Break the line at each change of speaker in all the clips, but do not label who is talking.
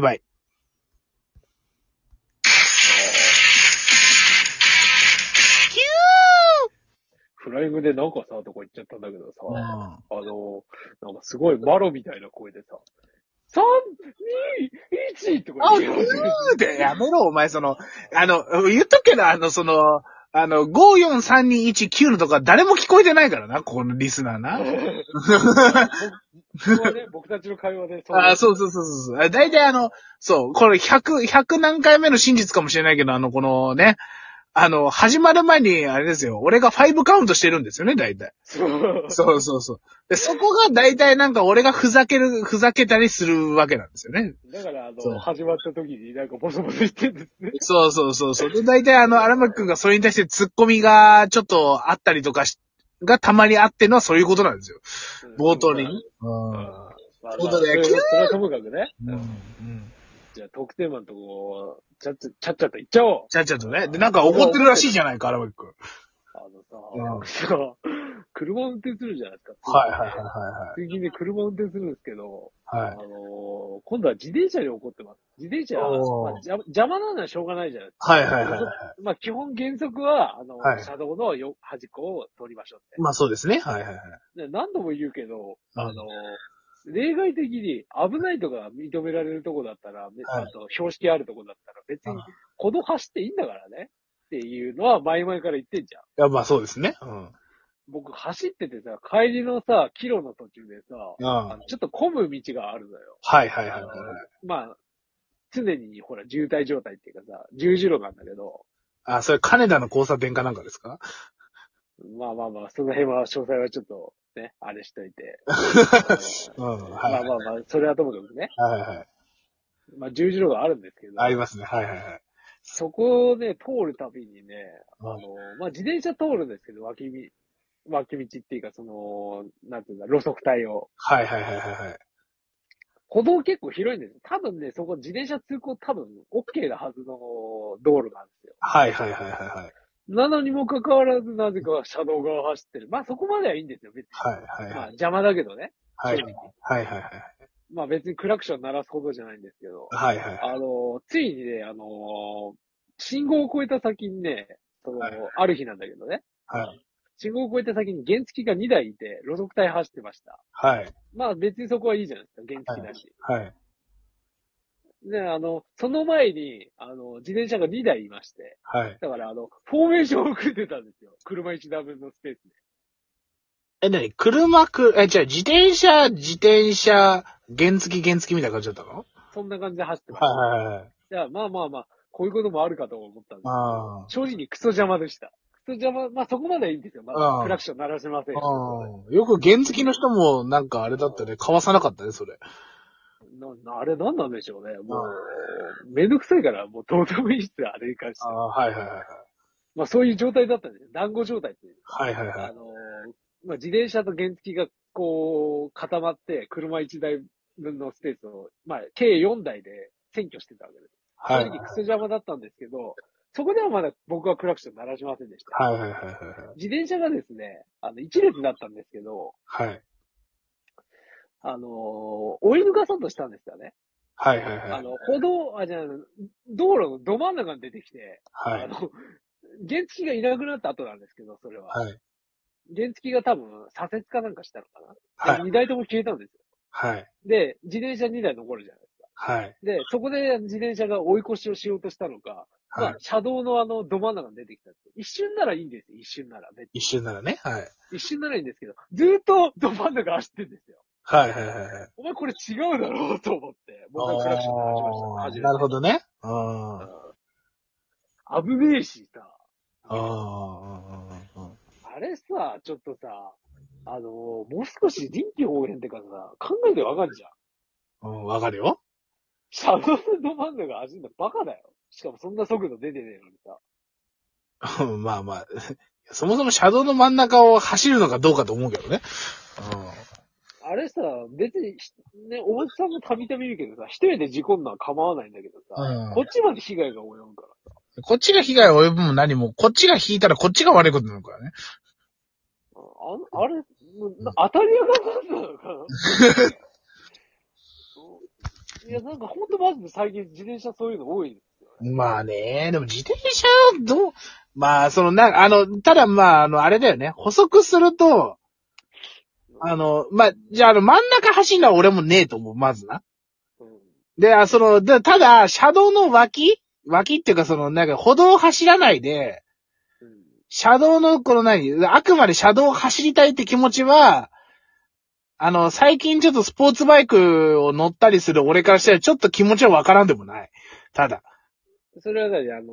バイキ
フライングでなんかさ、とか言っちゃったんだけどさ、
ュ
あ
ー
の、なんかすごいマロみたいな声でさ、3、2、1と
あ、
か
う
言って
ーでやめろ、お前、その、あの、言っとくけど、あの、その、あの、54321のとか誰も聞こえてないからな、ここのリスナーな。
僕はね僕たちの会話で、そう
あそうそうそうそうそう。大体あの、そう、これ100、100何回目の真実かもしれないけど、あの、このね、あの、始まる前に、あれですよ、俺が5カウントしてるんですよね、大体。
そう
そうそうそう。で、そこが大体なんか俺がふざける、ふざけたりするわけなんですよね。
だから、あ
そう
の、始まった時になんかボソボソ言ってんですね。
そうそうそうそう。で、大体あの、荒牧くんがそれに対して突っ込みがちょっとあったりとかし、がたまにあってのはそういうことなんですよ。冒頭にね。
うん。
う
まあ、
ということで
まあそれはそれはともかくね。
ん。う
うん
ん。
じゃあ、特定マンのとこ、ちゃっちゃ、ちゃっちゃと行っちゃおう。
ちゃっちゃとね。で、なんか怒ってるらしいじゃないか、荒牧くん。
あのさ、
うん
僕さ、 車運転するじゃないですか。
はいはいはいは
最近で車運転するんですけど、
いはい。は
あ
い。
のー今度は自転車に怒ってます。自転車、まあ
おー
邪邪魔なのはしょうがないじゃないです
はいはいはいはい。
か。まあ、基本原則は、あの、
はい
車道のよ端っこを通りましょうっ
まあそうですね。はいはいはい。
て。で何度も言うけど、
うん
あのー例外的に危ないとか認められるとこだったら、め
はい
あと標識あるとこだったら別
うん
に、この走っていいんだからね。っていうのは前々から言ってんじゃん。
いや、まあそうですね。うん。
僕走っててさ、帰りのさ、キロの途中でさ、
うん。
あ
は
のちょっと混む道があるの
い
よ。
はいはいはい。
まあ、常にほら、渋滞状態っていうかさ、十字路なんだけど、
あ、それ金田の交差点かなんかですか
まあまあまあ、その辺は、詳細はちょっと、ね、あれしとい て。
うん。はい
まあま
は
あ
い
まあ、それはともかくね、
はいはい。
まあ十字路があるんですけど、
ありますね。はいはいはい。
そこをね、通るたびにね、あ
うん
の、まあ自転車通るんですけど、脇道、脇道っていうか、その、なんていうんだ、路側帯を。
はいはいはいはいはい。
歩道結構広いんですよ。多分ね、そこ自転車通行多分 OK なはずの道路なんですよ。
はいはいはいはいはい。
なのにもかかわらず、なぜか車道側を走ってる。まあそこまではいいんですよ、別に。
はいはい
まあ
はい。
邪魔だけどね。
はい
正直
はいはい
まあ別にクラクション鳴らすことじゃないんですけど、
はい。はいはいはい。
あの、ついにね、あの、信号を越えた先にね、その
はい、
ある日なんだけどね、
はい。
信号を越えた先に原付が2台いて、路側帯走ってました。
はい。
まあ別にそこはいいじゃないですか、原付だし。
はい。
で、あの、その前に、あの、自転車が2台いまして、
はい。
だからあの、フォーメーションを組んでたんですよ。車1台分のスペースで。
え、なに車く、え、じゃあ自転車、自転車、原付原付みたいな感じだったの
そんな感じで走ってました。
はいはいはい。
いや、まあまあまあ、こういうこともあるかと思ったんですけど、
あ
正直クソ邪魔でした。クソ邪魔、まあそこまではいいんですよ。ま
うん
だクラクション鳴らせませんよ。
あ。よく原付の人もなんかあれだったね。かわさなかったね、それ。
ななあれ何なんでしょうね。もう、めんどくさいから、もうどうでもいいっすよ、あれに関して
あ
は。
あ、はいはいはい。
まあそういう状態だったんですよ。団子状態っていう。
はいはいは
あ
い。
のーまあ自転車と原付がこう、固まって、車1台分のスペースを、まあ計4台で占拠してたわけです。
はい。
正直クソ邪魔だったんですけど、そこではまだ僕はクラクション鳴らしませんでした。
はいはいはいはい
自転車がですね、あの、一列だったんですけど、
はい。はい。
あのー追い抜かそうとしたんですよね。
はいはいは
あ
い。
の、歩道、あ、じゃあ道路のど真ん中に出てきて、
は
あ
い。
の、原付がいなくなった後なんですけど、それは。
はい。
原付が多分左折かなんかしたのかな。
はい。
2台とも消えたんですよ。
はい。
で、自転車2台残るじゃないですか。
はい。
で、そこで自転車が追い越しをしようとしたのか、ま
は
あ
い。
車道のあの、ど真ん中に出てきたんですよ一瞬ならいいんですよ、一瞬なら。別に
一瞬ならね。はい。
一瞬ならいいんですけど、ずーっとど真ん中走ってんですよ。
はいはいはいはい。
お前これ違うだろうと思って、僕はクラクション鳴らしました。
あ
初
ー
めて
なるほどね。うん。
うん危ねえしさ、
あーうんうんうんうん
あれさ、ちょっとさ、あのーもう少し臨機応変ってかさ、考えてわかんじゃん。
うん、わかるよ。
シャドウのマンダが走るのバカだよ。しかもそんな速度出てねえのにさ。
うん まあまあ。そもそも車道の真ん中を走るのかどうかと思うけどね。
あれさ、別にひ、ね、おばちさんもたびたびいるけどさ、一人で事故んのは構わないんだけどさ、
うん
こっちまで被害が及ぶから。
うん。こっちが被害を及ぶも何も、こっちが引いたらこっちが悪いことになるからね。
ああれ、 もうな当たり屋がなんなのかないや、なんかほんとマジで最近自転車そういうの多いです。
まあね、でも自転車をどう、まあ、そのな、あの、ただまあ、あの、あれだよね。補足すると、あの、まあ、じゃあ、あの、真ん中走るのは俺もねえと思う、まずな。
うん。
で、あ、その、でただ、車道の脇脇っていうか、その、なんか、歩道を走らないで、
うん。
車道の、この何、あくまで車道を走りたいって気持ちは、あの、最近ちょっとスポーツバイクを乗ったりする俺からしたら、ちょっと気持ちはわからんでもない。ただ。
それは何あの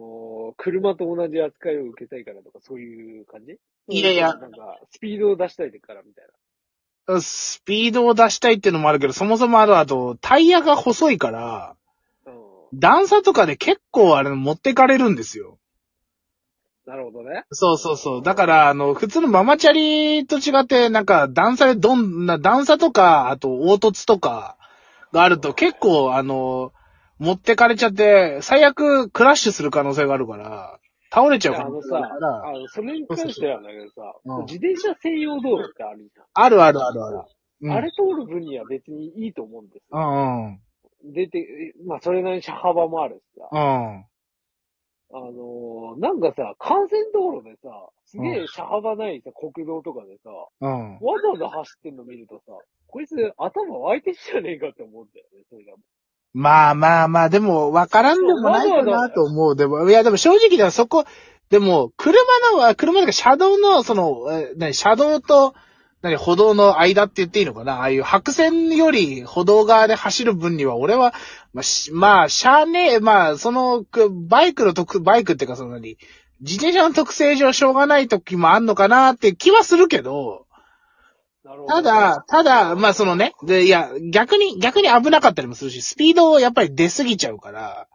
ー車と同じ扱いを受けたいからとか、そういう感じ
いやいや
なんか、スピードを出したいからみたい
スピードを出したいっていうのもあるけど、そもそもあの、あと、タイヤが細いから、
な。うん。
段差とかで結構あれ持ってかれるんですよ。
なるほどね。
そうそうそう。だから、あの、普通のママチャリと違って、なんか、段差でどんな、段差とか、あと、凹凸とかがあると結構、あの、持ってかれちゃって、最悪クラッシュする可能性があるから、倒れちゃう可
あ
能
の
性があ
さ
るから、
あの、それに関してはなんだけどさ、
うん
自転車専用道路ってあるじゃん。
あるあるあるある。うん、
あれ通る分には別にいいと思うんです
う
よ。
んうん。
出て、まあ、それなりに車幅もあるしさ。
うん。
あのーなんかさ、幹線道路でさ、すげえ車幅ないさ、国道とかでさ、
うん。
わざわざ走ってんの見るとさ、こいつ頭湧いてんじゃねえかって思うんだよね、それが。
まあまあまあ、でも、わからんでもないかなと思う。でも、いや、でも正直ではそこ、でも、車のは、車とか車道の、その、え何、車道と、何、歩道の間って言っていいのかなああいう白線より歩道側で走る分には、俺は、まあ、しまあ、しゃあねえ、まあ、その、くバイクの特、バイクっていうか、その何、自転車の特性上しょうがない時もあんのかなって気はするけど、
なるほど。
ただ、、ただ、まあそのね、で、いや、逆に、逆に危なかったりもするし、スピードをやっぱり出過ぎちゃうから、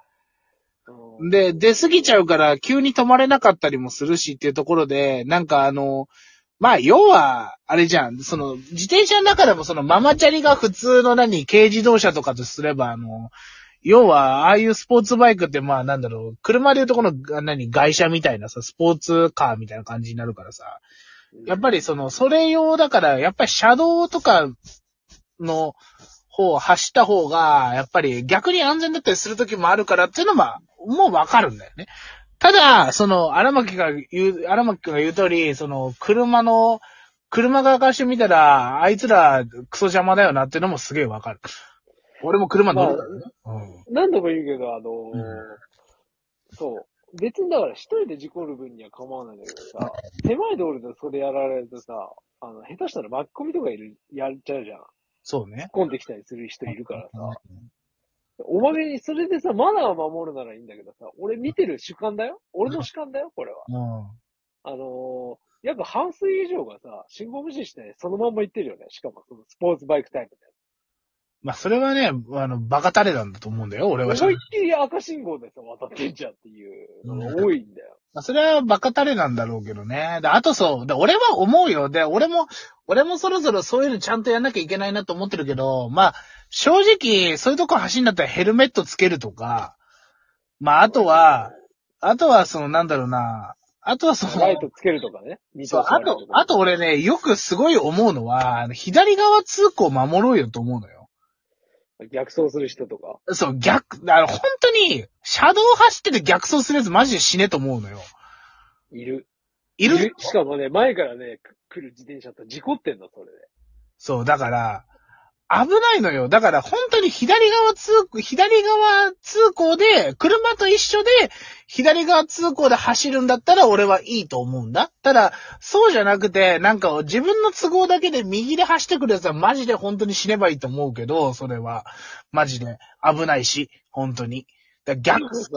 うん、
で、出過ぎちゃうから、急に止まれなかったりもするしっていうところで、なんかあの、まあ、要は、あれじゃん、その、自転車の中でもその、ママチャリが普通の何、軽自動車とかとすれば、あの、要は、ああいうスポーツバイクって、まあ、なんだろう、車でいうとこの、あ何、外車みたいなさ、スポーツカーみたいな感じになるからさ、やっぱりその、それ用だから、やっぱり車道とかの方を走った方が、やっぱり逆に安全だったりする時もあるからっていうのは、もうわかるんだよね。ただ、その、荒牧が言う、荒牧君が言う通り、その、車の、車側からしてみたら、あいつら、クソ邪魔だよなっていうのもすげえわかる。俺も車乗るからね。
何度も言うけど、あのー
うん
そう。別にだから一人で事故る分には構わないんだけどさ、狭い道路でそれやられるとさ、あの、下手したら巻き込みとかいる、やっちゃうじゃん。
そうね。
突っ込んできたりする人いるからさ。おまけに、それでさ、マナーを守るならいいんだけどさ、俺見てる主観だよ俺の主観だよこれは。
うん。
あのー、約半数以上がさ、信号無視してそのまんま行ってるよね。しかも、そのスポーツバイクタイプ
まあ、それはね、あの、バカタレなんだと思うんだよ、俺
で。
は。
思いっきり赤信号でさ、渡ってんじゃんっていうのが多いんだよ。
まあ、それはバカタレなんだろうけどね。で、あとそう、で、俺は思うよ。で、俺も、俺もそろそろそういうのちゃんとやんなきゃいけないなと思ってるけど、まあ、正直、そういうとこ走んだったらヘルメットつけるとか、まあ、あとは、あとは、その、なんだろうな、あとはその、
ライトつけるとかね。見
そう、あと、あと俺ね、よくすごい思うのは、あの左側通行守ろうよと思うのよ。
逆走する人とか。
そう、逆、あの、本当に、車道走ってて逆走するやつマジで死ねと思うのよ。
いる。
いる
しかもね、前からね、く来る自転車と事故ってんだ、それで。
そう、だから、危ないのよ。だから本当に左側通行、左側通行で、車と一緒で、左側通行で走るんだったら俺はいいと思うんだ。ただ、そうじゃなくて、なんか自分の都合だけで右で走ってくるやつはマジで本当に死ねばいいと思うけど、それは。マジで。危ないし、本当に。だから
でも
逆、
さ、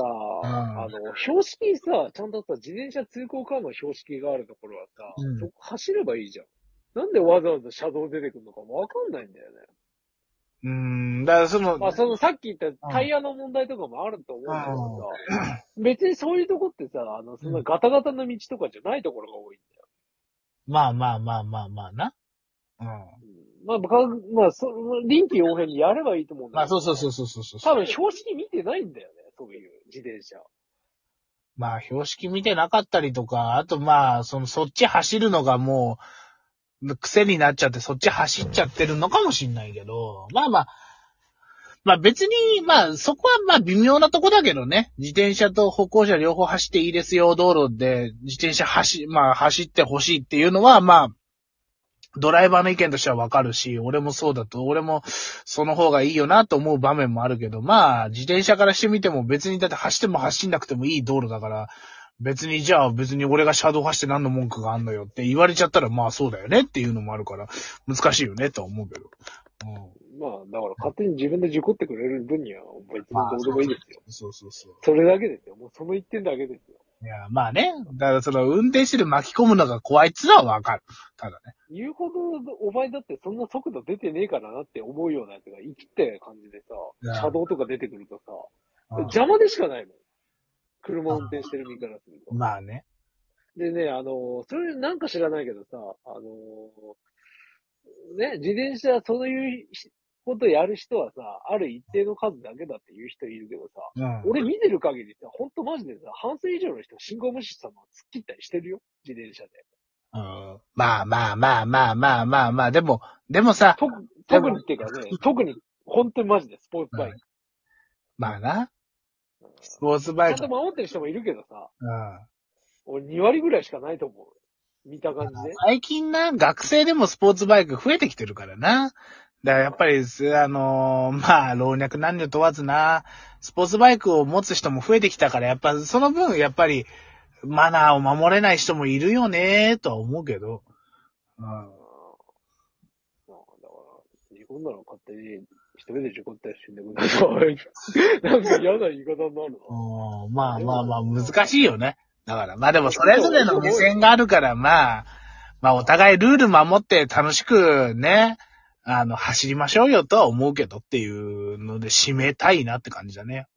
あの、標識にさ、ちゃんとさ、自転車通行間の標識があるところはさ、
うん
そこ走ればいいじゃん。なんでわざわざ車道出てくるのかもわかんないんだよね。
うーん、だからその、
まあ、そのさっき言ったタイヤの問題とかもあると思うんだけどさ、別にそういうとこってさ、あの、そんなガタガタの道とかじゃないところが多いんだよ。
まあまあまあまあまあな。うん。
うんまあ、僕はまあ、その、臨機応変にやればいいと思うんだけど。
まあそうそうそうそうそうそう。
多分標識見てないんだよね、そういう自転車。
まあ、標識見てなかったりとか、あとまあ、その、そっち走るのがもう、癖になっちゃって、そっち走っちゃってるのかもしんないけど、まあまあ、まあ別に、まあそこはまあ微妙なとこだけどね。自転車と歩行者両方走っていいですよ、道路で自転車走、まあ走ってほしいっていうのは、まあ、ドライバーの意見としてはわかるし、俺もそうだと、俺もその方がいいよなと思う場面もあるけど、まあ自転車からしてみても別にだって走っても走んなくてもいい道路だから、別にじゃあ別に俺が車道走って何の文句があんのよって言われちゃったらまあそうだよねっていうのもあるから、難しいよねとは思うけど。うん
まあ、だから勝手に自分で事故ってくれる分には、別にどうでもいいですよ。
そうそうそう。
それだけですよ。もうその一点だけですよ。
いや、まあね。だからその運転してる巻き込むのが怖いっつうのはわかる。ただね。
言うほど、お前だってそんな速度出てねえからなって思うようなやつが生きてる感じで
うん
さ、車道とか出てくるとさ、
うん
邪魔でしかないの。車運転してる身からすると。
まあね。
でね、あの、それなんか知らないけどさ、あの、ね、自転車、そういうことやる人はさ、ある一定の数だけだっていう人いるけどさ、
うん。
俺見てる限りさ、ほんとマジでさ、半数以上の人信号無視したのを突っ切ったりしてるよ、自転車で。
うんまあまあまあまあまあまあまあ、でも、でもさ、
と特にっていうかね、特に、本当にマジでスポーツバイク。
まあな。スポーツバイ
ち
ク。う
ゃ
ん
と守ってる人もいるけどさ、
ん。
俺2割ぐらいしかないと思う。見た感じね。
最近な、学生でもスポーツバイク増えてきてるからな。だからやっぱりす、あのーまあ、老若男女問わずな、スポーツバイクを持つ人も増えてきたから、やっぱその分、やっぱり、マナーを守れない人もいるよね、とは思うけど。うん。
まあ、だから、事故なら勝手に一人で事故ったら死んでください。 なんか嫌な言い方になるな。
うんまあまあまあ、難しいよね。だから、まあでもそれぞれの目線があるから、まあ、まあお互いルール守って楽しくね、あの、走りましょうよとは思うけどっていうので締めたいなって感じだね。